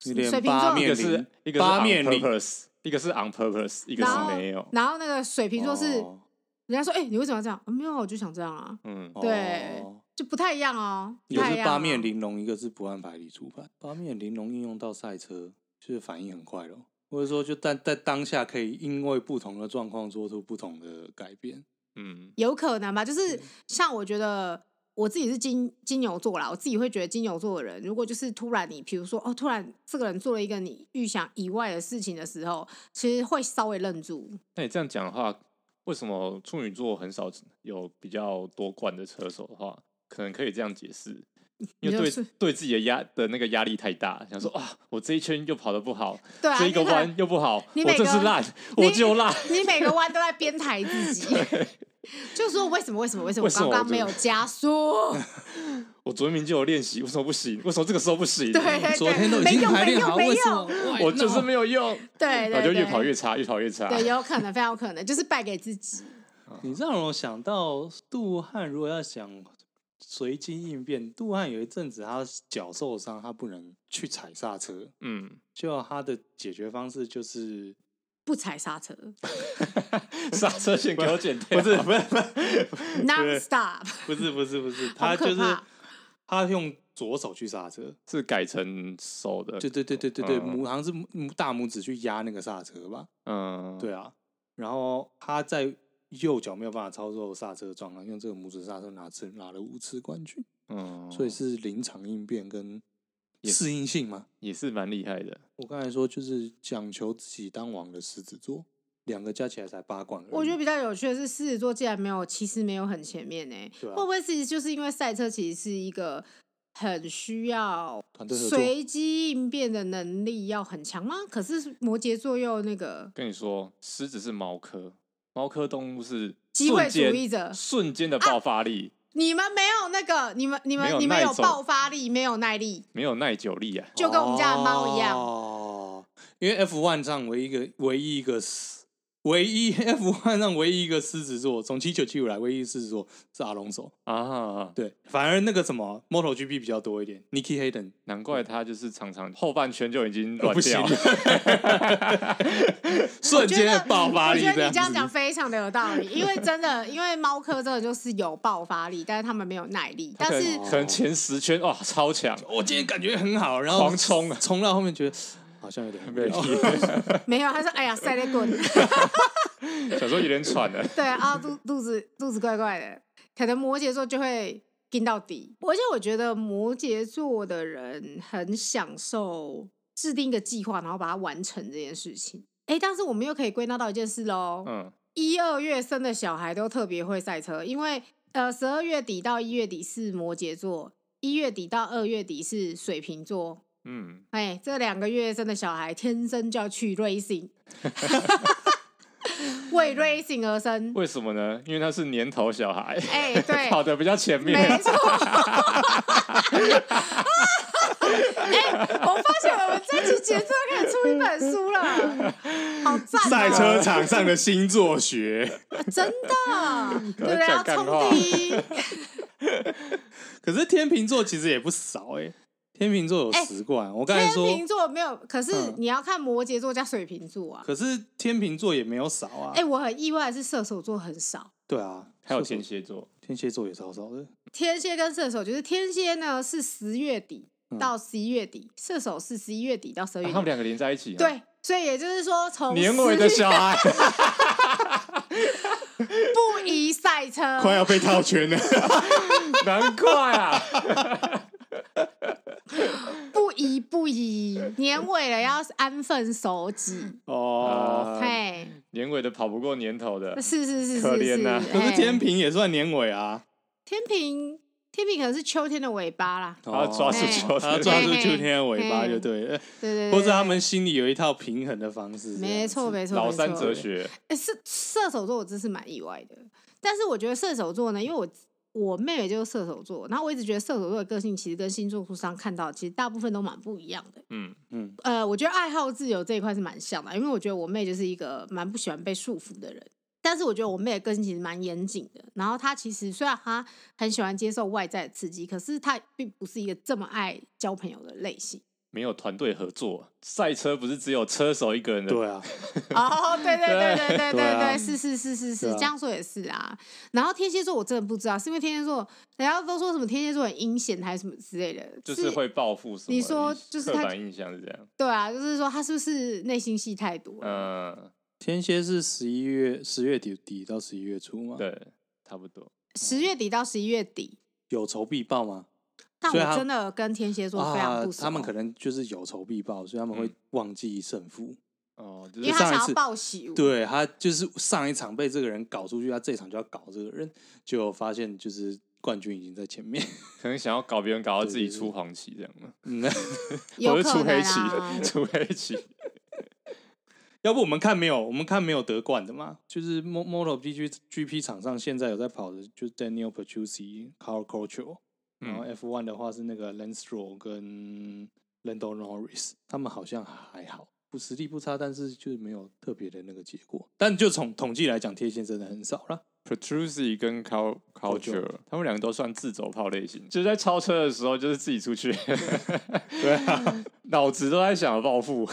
S2: 有点
S1: 水瓶
S2: 八
S1: 座
S3: 一
S2: 面
S3: 个是一个是
S2: 八
S3: on
S2: 面玲
S3: purpose，一个是 on purpose，一个
S1: 然后
S3: 是没有，
S1: 然后那个水瓶座是，
S2: 哦
S1: 人家说，哎、你为什么要这样？啊没有啊，我就想这样啊，
S3: 嗯，
S1: 对
S2: 哦
S1: 就不太一样哦，
S2: 一
S1: 不
S2: 个
S1: 太
S2: 是
S1: 一样哦
S2: 八面玲珑，一个是不按牌理出牌。八面玲珑应用到赛车，就是反应很快咯，或者说就但在当下可以因为不同的状况做出不同的改变。
S3: 嗯，
S1: 有可能吧，就是像我觉得我自己是金金牛座啦，我自己会觉得金牛座的人，如果就是突然你，比如说哦，突然这个人做了一个你预想以外的事情的时候，其实会稍微愣住。
S3: 那你这样讲的话，为什么处女座很少有比较多冠的车手的话，可能可以这样解释，
S1: 你
S3: 因为
S1: 就
S3: 对
S1: 是
S3: 对自己的压的那个压力太大，想说啊，我这一圈又跑得不好，
S1: 对啊，
S3: 这一
S1: 你
S3: 个
S1: 可能
S3: 弯又不好，
S1: 你
S3: 我
S1: 每
S3: 这是
S1: 个
S3: 烂， <laughs> 我
S1: 你
S3: 就烂，
S1: 你每个弯都在编排自己，就说为什么为什么为什么
S3: 为什
S1: 刚
S3: 么我
S1: 刚
S3: 这
S1: 没有加速？
S3: <laughs> 我昨天明明就有练习，为什么不行？为什么这个时候不行？嗯
S1: 对对对，
S2: 昨天都已
S1: 没
S2: 经
S1: 用
S2: 排
S1: 没
S2: 练
S1: 用
S2: 好，
S1: 没
S2: 为什
S1: 用
S2: 么，
S3: 我就是没有用，
S1: 对
S3: 然
S1: 对
S3: 后就
S1: 对，
S3: 越跑越差，越跑越差。
S1: 对，有可能非常有可能就是败给自己。
S2: 你让我想到杜汉，如果要想随机应变，杜汉有一阵子他脚受伤，他不能去踩刹车，
S1: <laughs>
S3: 嗯，
S2: 就他的解决方式就是
S1: 不踩刹车
S3: 刹车线给我剪掉， <laughs>
S2: <laughs>
S3: 不是不是，
S1: ，non stop，
S2: 不是不是不是，他
S1: 可
S2: 就是
S1: 怕
S2: 他用左手去刹车。
S3: 是改成手的，
S2: 对对对对对对，
S3: 嗯
S2: 拇好像是拇拇大拇指去压那个刹车吧？
S3: 嗯，
S2: 对啊，然后他在右脚没有办法操作刹车的状况，用这个拇指刹车拿次拿了五次冠军，
S3: 嗯，
S2: 所以是临场应变跟
S3: 也
S2: 适应性嘛。
S3: 也是蛮厉害的。
S2: 我刚才说就是讲求自己当王的狮子座，两个加起来才八冠而已。
S1: 我觉得比较有趣的是，狮子座竟然没有，其实没有很前面呢、
S2: 对啊
S1: 会不会其实就是因为赛车其实是一个很需要
S2: 团队合作，
S1: 随机应变的能力要很强吗？可是摩羯座又那个
S3: 跟你说，狮子是猫科，猫科动物是
S1: 机会
S3: 瞬间
S1: 主义者
S3: 瞬间的爆发力，
S1: 你们没有那个，你们你
S3: 没
S1: 们
S3: 有
S1: 你们有
S3: 耐受
S1: 爆发力，没有耐力，
S3: 没有耐久力啊。
S1: 就跟我们家的猫一样。
S2: 哦，因为 F one 上唯一一个唯一一个狮唯一 F one 上唯一一个狮子座，从七九七五来唯一狮子座是阿隆索。
S3: 啊，
S2: 对，反而那个什么 MotoGP 比较多一点，Nicky Hayden
S3: 难怪他就是常常后半圈就已经
S2: 呃
S3: 乱
S2: 不行
S3: 掉，
S2: 瞬
S1: 我觉
S2: 间
S1: 得
S2: 的爆发力
S1: 我觉得你这
S2: 这
S1: 样讲
S2: 样子。
S1: 非常的有道理，因为真的，因为猫科真的就是有爆发力，但是他们没有耐力。但
S3: 可
S1: 是
S3: 能可能前十圈哇超
S2: <laughs>
S3: 强，
S2: 我今天感觉很好，然后
S3: 狂冲啊
S2: 冲到后面觉得好像有点
S3: 没
S2: 无聊
S3: 力，
S1: 没有，他说：“哎呀，塞得滚。
S3: 小时候有点喘的，”
S1: <laughs> 对啊，肚肚子肚子怪怪的，可能摩羯座就会跟到底。而且我觉得摩羯座的人很享受制定一个计划，然后把它完成这件事情。哎，但是我们又可以归纳到一件事喽，
S3: 嗯，
S1: 一二月生的小孩都特别会赛车，因为呃，十二月底到一月底是摩羯座，一月底到二月底是水瓶座。
S3: 嗯，
S1: 哎，这两个月生的小孩天生就要去 racing，为 racing 而生。
S3: 为什么呢？因为他是年头小孩， <laughs>
S1: 哎，对，
S3: 跑得比较前面，
S1: 没错。 <laughs> 哎，我发现我们这期节目要开始出一本书了，好赞、哦！
S2: 赛车场上的星座学，
S1: 真的，对不
S3: <laughs> 能
S1: 对？要
S3: 讲干
S1: 冲
S3: 话
S1: 第一。
S2: 可是天秤座其实也不少哎、天秤座有
S1: 哎
S2: 十罐，我刚才
S1: 天
S2: 说，
S1: 秤座没有，可是
S2: 嗯
S1: 你要看摩羯座加水瓶座啊。
S2: 可是天秤座也没有少啊。
S1: 哎、我很意外的是射手座很少，
S2: 对啊，
S3: 还有
S2: 射手
S3: 天蝎座，
S2: 天蝎座也超少的，
S1: 天蝎跟射手就是天蝎呢是十月底
S2: 嗯
S1: 到十一月底，射手是十一月底到十二
S3: 啊
S1: 月
S3: 他
S1: 底。
S3: 们两个连在一起，，
S1: 对，所以也就是说从
S3: 年尾的
S1: 10月
S3: 小孩，
S1: 不宜赛车，
S2: 快要被套圈了。
S3: 难怪啊，
S1: 不宜不宜，年尾了要安分守己。
S2: <laughs>
S3: 啊
S2: 哦，
S1: 嘿，
S3: 年尾的跑不过年头的，
S1: 是是是是
S3: 可怜啊
S1: 是。
S3: 呐
S2: 可是
S1: 嘿
S2: 天平也算年尾啊，
S1: 天平天平可能是秋天的尾巴啦，
S3: 哦他要抓住
S1: 哎
S3: 球，
S2: 他要抓住
S1: 嘿嘿
S2: 秋天的尾巴
S1: 嘿
S2: 就对了，
S1: 对对对
S2: 或者
S1: 对
S2: 他们心里有一套平衡的方式。
S1: 没错，没错，
S3: 老
S1: 没
S3: 三
S1: 错
S3: 哲学，
S1: 欸，射射手座我真是蛮意外的，但是我觉得射手座呢，因为我我妹妹就是射手座，然后我一直觉得射手座的个性其实跟星座书上看到，其实大部分都蛮不一样的。
S3: 嗯，
S1: 呃，我觉得爱好自由这一块是蛮像的，因为我觉得我妹就是一个蛮不喜欢被束缚的人。但是我觉得我妹的个性其实蛮严谨的，然后她其实虽然她很喜欢接受外在的刺激，可是她并不是一个这么爱交朋友的类型。
S3: 没有团队合作，赛车不是只有车手一个人的，
S2: 对啊，
S1: <laughs> 哦，对对对对 <laughs> 对对
S2: 对啊
S1: 对，是是是是是
S2: 对，啊
S1: 这样说也是啊。然后天蝎座我真的不知道，是因为天蝎座人家都说什么天蝎座很阴险还是什么之类的，
S3: 就是会报复什么？
S1: 你说就是
S3: 刻
S1: 他
S3: 板印象是这样，
S1: 对啊，就是说他是不是内心戏太多了？
S3: 嗯，
S2: 天蝎是十一月十月底底到十一月初嘛，，
S3: 对，差不多。
S1: 十、月底到十一月底，
S2: 有仇必报嘛，
S1: 但
S2: 所以他
S1: 我真的跟天蝎座非常
S2: 啊
S1: 不，熟，
S2: 他们可能就是有仇必报，所以他们会
S3: 嗯
S2: 忘记胜负。
S3: 哦，就
S1: 因
S3: 是
S1: 为他
S2: 上一
S1: 想
S2: 次
S1: 要报喜，，
S2: 对他就是上一场被这个人搞出去，他这一场就要搞这个人，就发现就是冠军已经在前面。 <laughs>
S3: 可能想要搞别人，搞到
S2: 对
S3: 自己
S2: 对对
S3: 出黄旗这样嘛，
S2: 嗯
S1: 有
S3: <laughs> 或者
S1: 可
S3: 出
S1: 能
S3: 黑
S1: 啊
S2: <laughs>
S3: 旗，。 <laughs> 出黑旗。
S2: 要不我们看没有，我们看没有得冠的嘛？就是 Mo- Moto GP GP 场上现在有在跑的，就是 Daniel Petrucci、Carl c o c h o 然后
S3: 嗯，
S2: F1 的话是那个 Lance Stroll 跟 Lando Norris，他们好像还好，不实力不差，但是就是没有特别的那个结果。但就从统计来讲，贴线真的很少了。
S3: Petrucci 跟 <laughs> Cal
S2: Culture
S3: Culture，他们两个都算自走炮类型，就是在超车的时候就是自己出去，
S1: <laughs>
S3: 对啊，脑子都在想报复。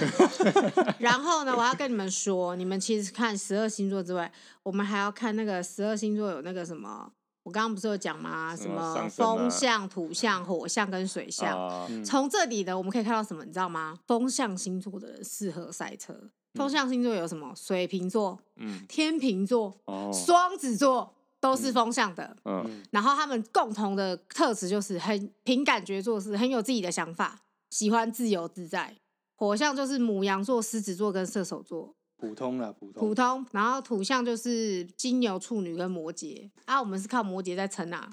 S1: 然后呢，我要跟你们说，你们其实看十二星座之外，我们还要看那个十二星座有那个什么，我刚刚不是有讲吗？
S3: 什
S1: 什
S3: 么上
S1: 么
S3: 升啊
S1: 风象、土象、火象跟水
S2: 哦
S1: 象。嗯
S3: 啊，
S1: 从这里的我们可以看到什么，你知道吗？风象星座的人适合赛车。风
S2: 嗯
S1: 象星座有什么？水瓶座、
S3: 嗯，
S1: 天秤座、
S3: 哦，
S1: 双子座都是风象的。
S3: 嗯，
S1: 然后他们共同的特质就是很凭感觉做事，很有自己的想法，喜欢自由自在。火象就是母羊座、狮子座跟射手座，
S2: 普通啦，普通。
S1: 普通。然后土象就是金牛、处女跟摩羯啊，我们是靠摩羯在撑啊。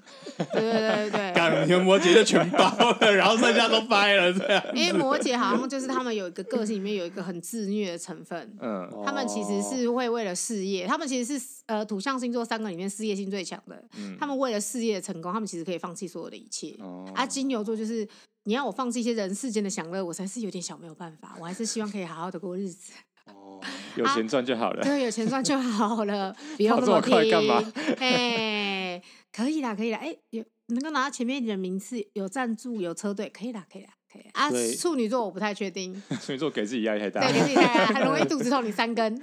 S1: 对对对对
S3: <laughs>
S1: 对，
S2: <laughs> 干牛摩羯就全包了，然后剩下都掰了，这样。
S1: 因为摩羯好像就是他们有一个个性里面有一个很自虐的成分，
S3: 嗯，
S1: 他们其实是会为了事业，他们其实是呃土象星座三个里面事业心最强的，
S3: 嗯
S1: 他们为了事业的成功，他们其实可以放弃所有的一切。
S3: 哦
S1: 啊，金牛座就是你要我放弃一些人世间的享乐，我才是有点小没有办法，我还是希望可以好好的过日子，
S2: 哦，
S3: 有钱赚就好了。
S1: 啊对，有钱赚就好了，不用
S3: 跑
S1: 那
S3: 这么快
S1: 拼
S3: 干嘛。
S1: 哎，可以啦，可以啦，哎，有能够拿到前面的名次，有赞助，有车队，可以啦，可以啦。可以啦啊
S2: 对，
S1: 处女座我不太确定，
S3: 所以说给自己压力太大
S1: 对，。给自己看看，很容易肚子痛，你三根。
S3: 哦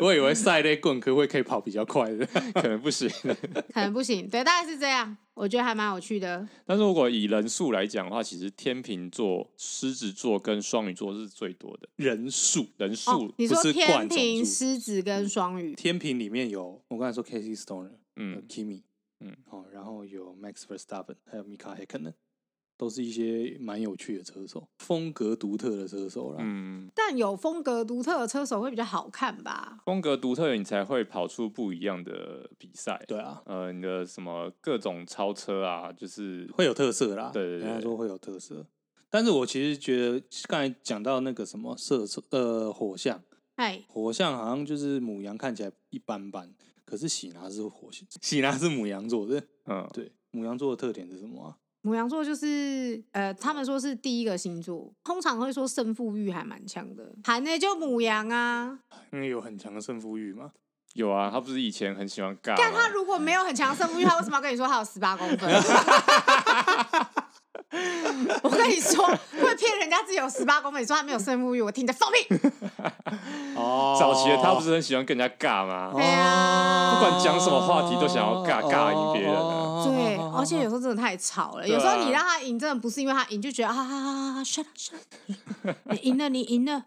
S2: 我以为赛类棍可会可以跑比较快的。
S3: 可能不行。
S2: <laughs>
S1: 可能不行，对，大概是这样，我觉得还蛮有趣的。
S3: 但是如果以人数来讲的话，其实天秤座、狮子座跟双鱼座是最多的
S2: 人数
S3: <laughs> 人数。
S1: 哦，你
S2: 不
S1: 说
S2: 是
S1: 天
S2: 冠总
S1: 平、
S2: 数
S1: 狮子跟双鱼，
S2: 天平里面有我刚才说 Casey Stoner，有
S3: 嗯
S2: Kimi，
S3: 嗯，
S2: 哦，然后有 Max Verstappen，还有 Mika Häkkinen，都是一些蛮有趣的车手，风格独特的车手啦。
S3: 嗯，
S1: 但有风格独特的车手会比较好看吧？
S3: 风格独特，你才会跑出不一样的比赛。
S2: 对啊，
S3: 呃，你的什么各种超车啊，就是
S2: 会有特色啦。
S3: 对对对
S2: 人家说会有特色。但是我其实觉得刚才讲到那个什么射手，呃，火象，
S1: 哎，
S2: 火象好像就是母羊看起来一般般，可是喜拿是火象，喜拿是母羊座的，
S3: 嗯，
S2: 对，母羊座的特点是什么啊？
S1: 母羊座就是呃，他们说是第一个星座，通常会说胜负欲还蛮强的。喊呢就母羊啊，
S2: 因为有很强的胜负欲嘛。
S3: 有啊，他不是以前很喜欢尬
S2: 啊
S1: 但他
S3: 吗？
S1: 如果没有很强的胜负欲，他为什么要跟你说他有十八公分？ <laughs> 我跟你说，会骗人家自己有十八公分，你说他没有胜负欲，我听你在放屁。
S2: 哦
S3: 早期的他不是很喜欢跟人家尬吗？
S1: 对啊
S3: 不管讲什么话题都想要尬尬赢别人
S2: 嗯
S3: 啊
S1: 对，而且有时候真的太吵了。有时候你让他赢，真的不是因为他赢，就觉得啊啊啊啊啊，shut up shut up，你赢了你赢了，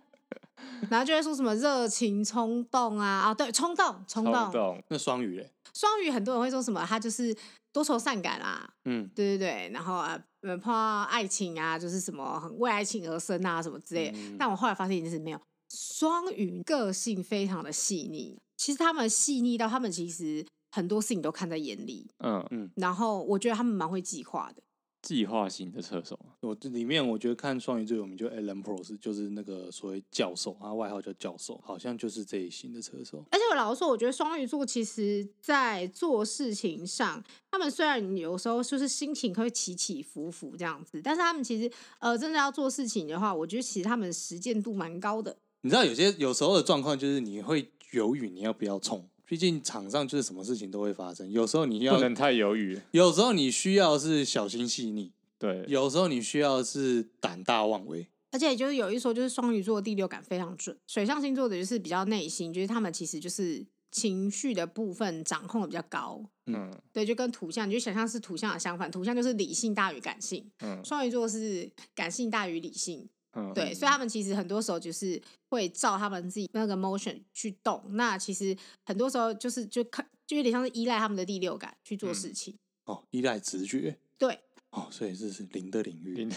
S1: 然后就会说什么热情冲动啊啊，对，冲动冲
S3: 冲
S1: 动。
S3: 动，
S2: 那双鱼嘞，
S1: 双鱼很多人会说什么，他就是多愁善感啊，
S2: 嗯，
S1: 对对对，然后啊，呃碰到爱情啊，就是什么很为爱情而生啊，什么之类的。但我后来发现一件事，没有双鱼个性非常的细腻，其实他们细腻到他们其实很多事情都看在眼里，
S3: 嗯，
S1: 然后我觉得他们蛮会计划的。
S3: 计划型的射手，
S2: 我这里面我觉得看双鱼最有名就 Alan Pross，就是那个所谓教授，他外号叫教授，好像就是这一型的车手。
S1: 而且我老实说，我觉得双鱼座其实在做事情上，他们虽然有时候就是心情会起起伏伏这样子，但是他们其实呃，真的要做事情的话，我觉得其实他们实践度蛮高的。
S2: 你知道有些有时候的状况就是你会犹豫你要不要冲，毕竟场上就是什么事情都会发生。有时候你要
S3: 不，能太犹豫。
S2: 有时候你需要是小心细腻，
S3: 对，
S2: 有时候你需要是胆大妄为。
S1: 而且就是有一说，就是双鱼座第六感非常准，水象星座的就是比较内心，就是他们其实就是情绪的部分掌控的比较高。
S3: 嗯
S1: 对，就跟图像，你就想象是图像的相反，图像就是理性大于感性，
S3: 嗯
S1: 双鱼座是感性大于理性。
S3: 嗯，
S1: 对，所以他们其实很多时候就是会照他们自己那个 motion 去动。那其实很多时候就是就看，就有点像是依赖他们的第六感去做事情。
S2: 哦，依赖直觉。
S1: 对，
S2: 哦，所以这是零的领域。
S3: 零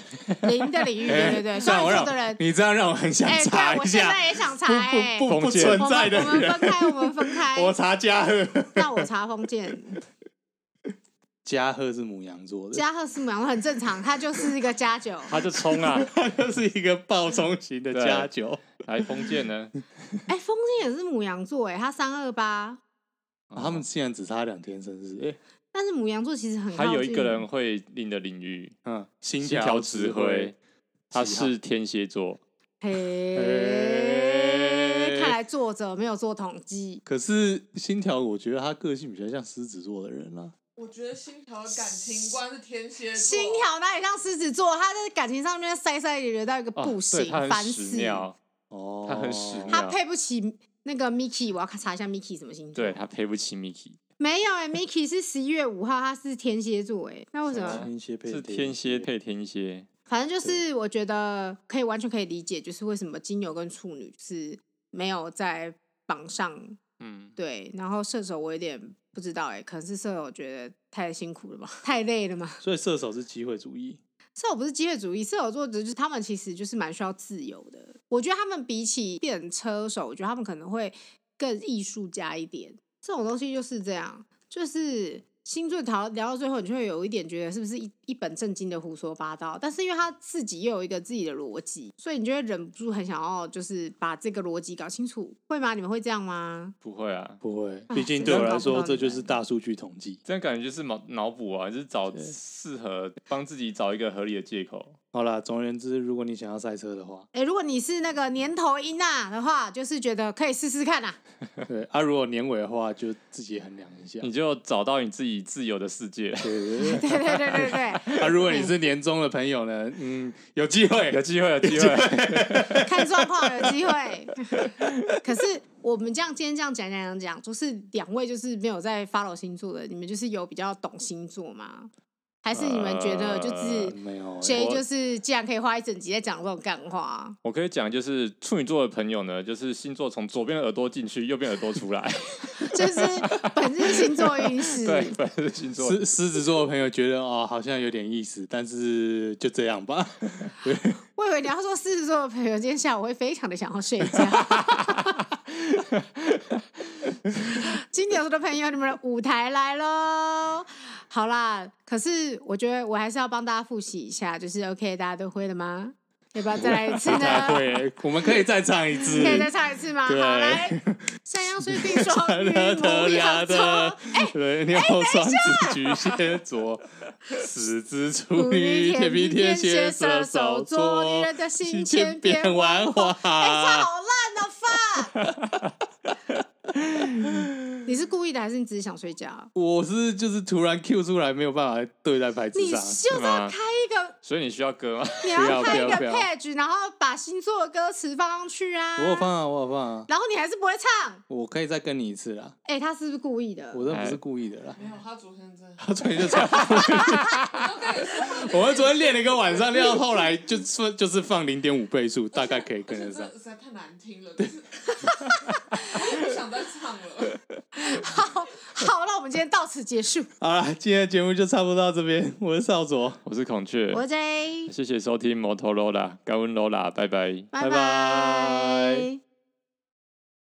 S1: 零的
S2: <laughs>
S1: 领域，对对对，
S2: 这
S1: 双
S2: 样哎我
S1: 鱼
S2: 让
S1: 座的人，
S2: 你这样让我很想
S1: 哎、
S2: 查
S1: 对，我
S2: 一
S1: 现
S2: 下，
S1: 在也想查、哎，
S2: 不不不
S3: 封建
S2: 存
S1: 我
S2: 在
S1: 们
S2: 的
S1: 我们
S2: 人
S1: 分，开，我们分开。
S2: <laughs> 我查加贺，
S1: 那我查封建，
S2: <laughs> 加贺是母羊座的，
S1: 加贺斯母羊很正常，他就是一个加九。
S3: 他就冲啊，
S2: 他就是一个暴冲型的
S3: 对
S2: 加九。
S3: 来封建
S1: <laughs>
S3: 呢，
S1: 哎、封建也是母羊座，哎，他三二八，
S2: 啊他们竟然只差两天生日，哎、
S1: 但是母羊座其实很靠
S3: 还
S1: 近
S3: 有一个人会领的领域，
S2: 嗯，心
S3: 心条指挥，，他
S2: 几号
S3: 是天蝎座，
S1: 嘿，看来作者没有做统计。
S2: 可是心条，我觉得他个性比较像狮子座的人啊啦、
S4: 我觉得星条的感情观是天蝎座，
S1: 心条哪里像狮子座？他在感情上面塞塞里流到一个
S3: 哦
S1: 不
S3: 对
S1: 行，
S3: 他
S1: 烦
S3: 很屎
S1: 死。
S3: 尿，
S2: 哦，
S3: 他很屎
S1: 他
S3: 尿
S1: 配不起那个 Miki，我要查一下 Miki 什么星座。
S3: 对他配不起 Miki，
S1: 没有哎、m i k i 是十一月五号，他是天蝎座哎、那为什么？
S2: 天蝎配
S3: 是天蝎，配天蝎，
S1: 反正就是我觉得可以完全可以理解，就是为什么金牛跟处女是没有在榜上。
S3: 嗯，
S1: 对，然后射手我有点不知道哎、可能是射手觉得太辛苦了吧，太累了嘛。
S2: 所以射手是机会主义。
S1: 射手不是机会主义，射手座就是他们其实就是蛮需要自由的。我觉得他们比起变车手，我觉得他们可能会更艺术家一点。这种东西就是这样，就是星座聊聊到最后，你就会有一点觉得是不是一一本正经的胡说八道？但是因为他自己又有一个自己的逻辑，所以你就会忍不住很想要就是把这个逻辑搞清楚，会吗？你们会这样吗？
S3: 不会啊，
S2: 不会，
S1: 啊
S2: 毕竟对我来
S1: 真的搞不
S2: 说，
S1: 到
S2: 这就是
S1: 你们
S2: 大数据统计。
S3: 这样感觉就是脑脑补啊，就是找
S2: 对
S3: 适合帮自己找一个合理的借口，
S2: 好啦，总而言之，如果你想要赛车的 <laughs> 话，
S1: 哎、如果你是那个年头一娜的话，就是觉得可以试试看啦、
S2: 对啊，如果年尾的话，就自己衡量一下。
S3: 你就找到你自己自由的世界，
S2: 对对
S1: 对对对对对。
S2: 对， <laughs> 啊，如果你是年终的朋友呢，嗯，有机会
S3: <laughs> 有，机会，有机会，
S1: 看状况有机会。 <laughs> 可是我们这样今天这样讲讲讲讲，就是两位就是没有在 follow 星座的，你们就是有比较懂星座吗？还是你们觉得就是
S3: 呃
S2: 没有欸，
S1: J
S3: 我
S1: 就是既然可以花一整集在讲这种干话，
S3: 我可以讲，就是处女座的朋友呢，就是星座从左边耳朵进去，右边耳朵出来。
S1: 就是本日星座运势。
S3: <laughs> 对，本来是星座。
S2: 狮狮子座的朋友觉得哦，好像有点意思，但是就这样吧。
S1: 我以为你要说狮子座的朋友今天下午会非常的想要睡觉。金牛座的朋友，你们的舞台来喽！好啦，可是我觉得我还是要帮大家复习一下，就是 OK，大家都会了吗？要不要再来一次
S2: <laughs> 太
S1: 呢？
S2: 会了，我们可以再唱一次
S1: 啊可。以再唱一次吗？好，
S2: 对
S1: 来，山羊水瓶
S2: <laughs>
S1: 双鱼母
S2: 啦
S1: 羊座
S2: 的，，对，你好，双子、巨蟹座、狮子、处
S1: 处
S2: 女、
S1: 女、
S2: 天
S1: 天
S2: 平、
S1: 平、
S2: 天
S1: 天
S2: 蝎、
S1: 蝎、
S2: 射
S1: 射
S2: 手哎
S1: 手座，女
S2: 座
S1: 人，的心
S2: 千
S1: 千变
S2: 变
S1: 万
S2: 万化。
S1: 哎，唱好烂啊！是故意的哦还是你只是想睡觉？
S2: 我是就是突然 Q 出来，没有办法对在牌子
S1: 你
S2: 上。
S1: 就是要开一个，
S3: 所以你需要歌吗？
S1: 你
S2: 不要
S1: 要
S2: 不
S1: 开
S2: 要
S1: 一个
S2: 不要
S1: page，然后把星座的歌词放上去啊。
S2: 我有放啊，我有放啊，
S1: 然后你还是不会唱，
S2: 我可以再跟你一次啦，
S1: 哎、他是不是故意的？
S2: 我真的不是故意的
S1: <laughs>
S2: 啦。
S4: 没有，他昨天真
S2: <laughs>
S4: 的，
S2: 他昨天就这样，
S4: 我跟你说，
S2: 我们昨天练了一个晚上，练到后来就是就是放零点五倍速，大概可以
S4: 而
S2: 跟
S4: 且
S2: 得上
S4: 这。实在太难听了，就是 <laughs> 我不想再唱了。
S1: 好，好，那我们今天到此结
S2: <laughs>
S1: 束。
S2: 好啦，今天的节目就差不多到这边，我是少佐，
S3: 我是孔雀，
S1: 我 J，
S3: 谢谢收听摩托罗拉，感恩罗拉，拜拜。
S1: 拜
S2: 拜拜
S1: 拜。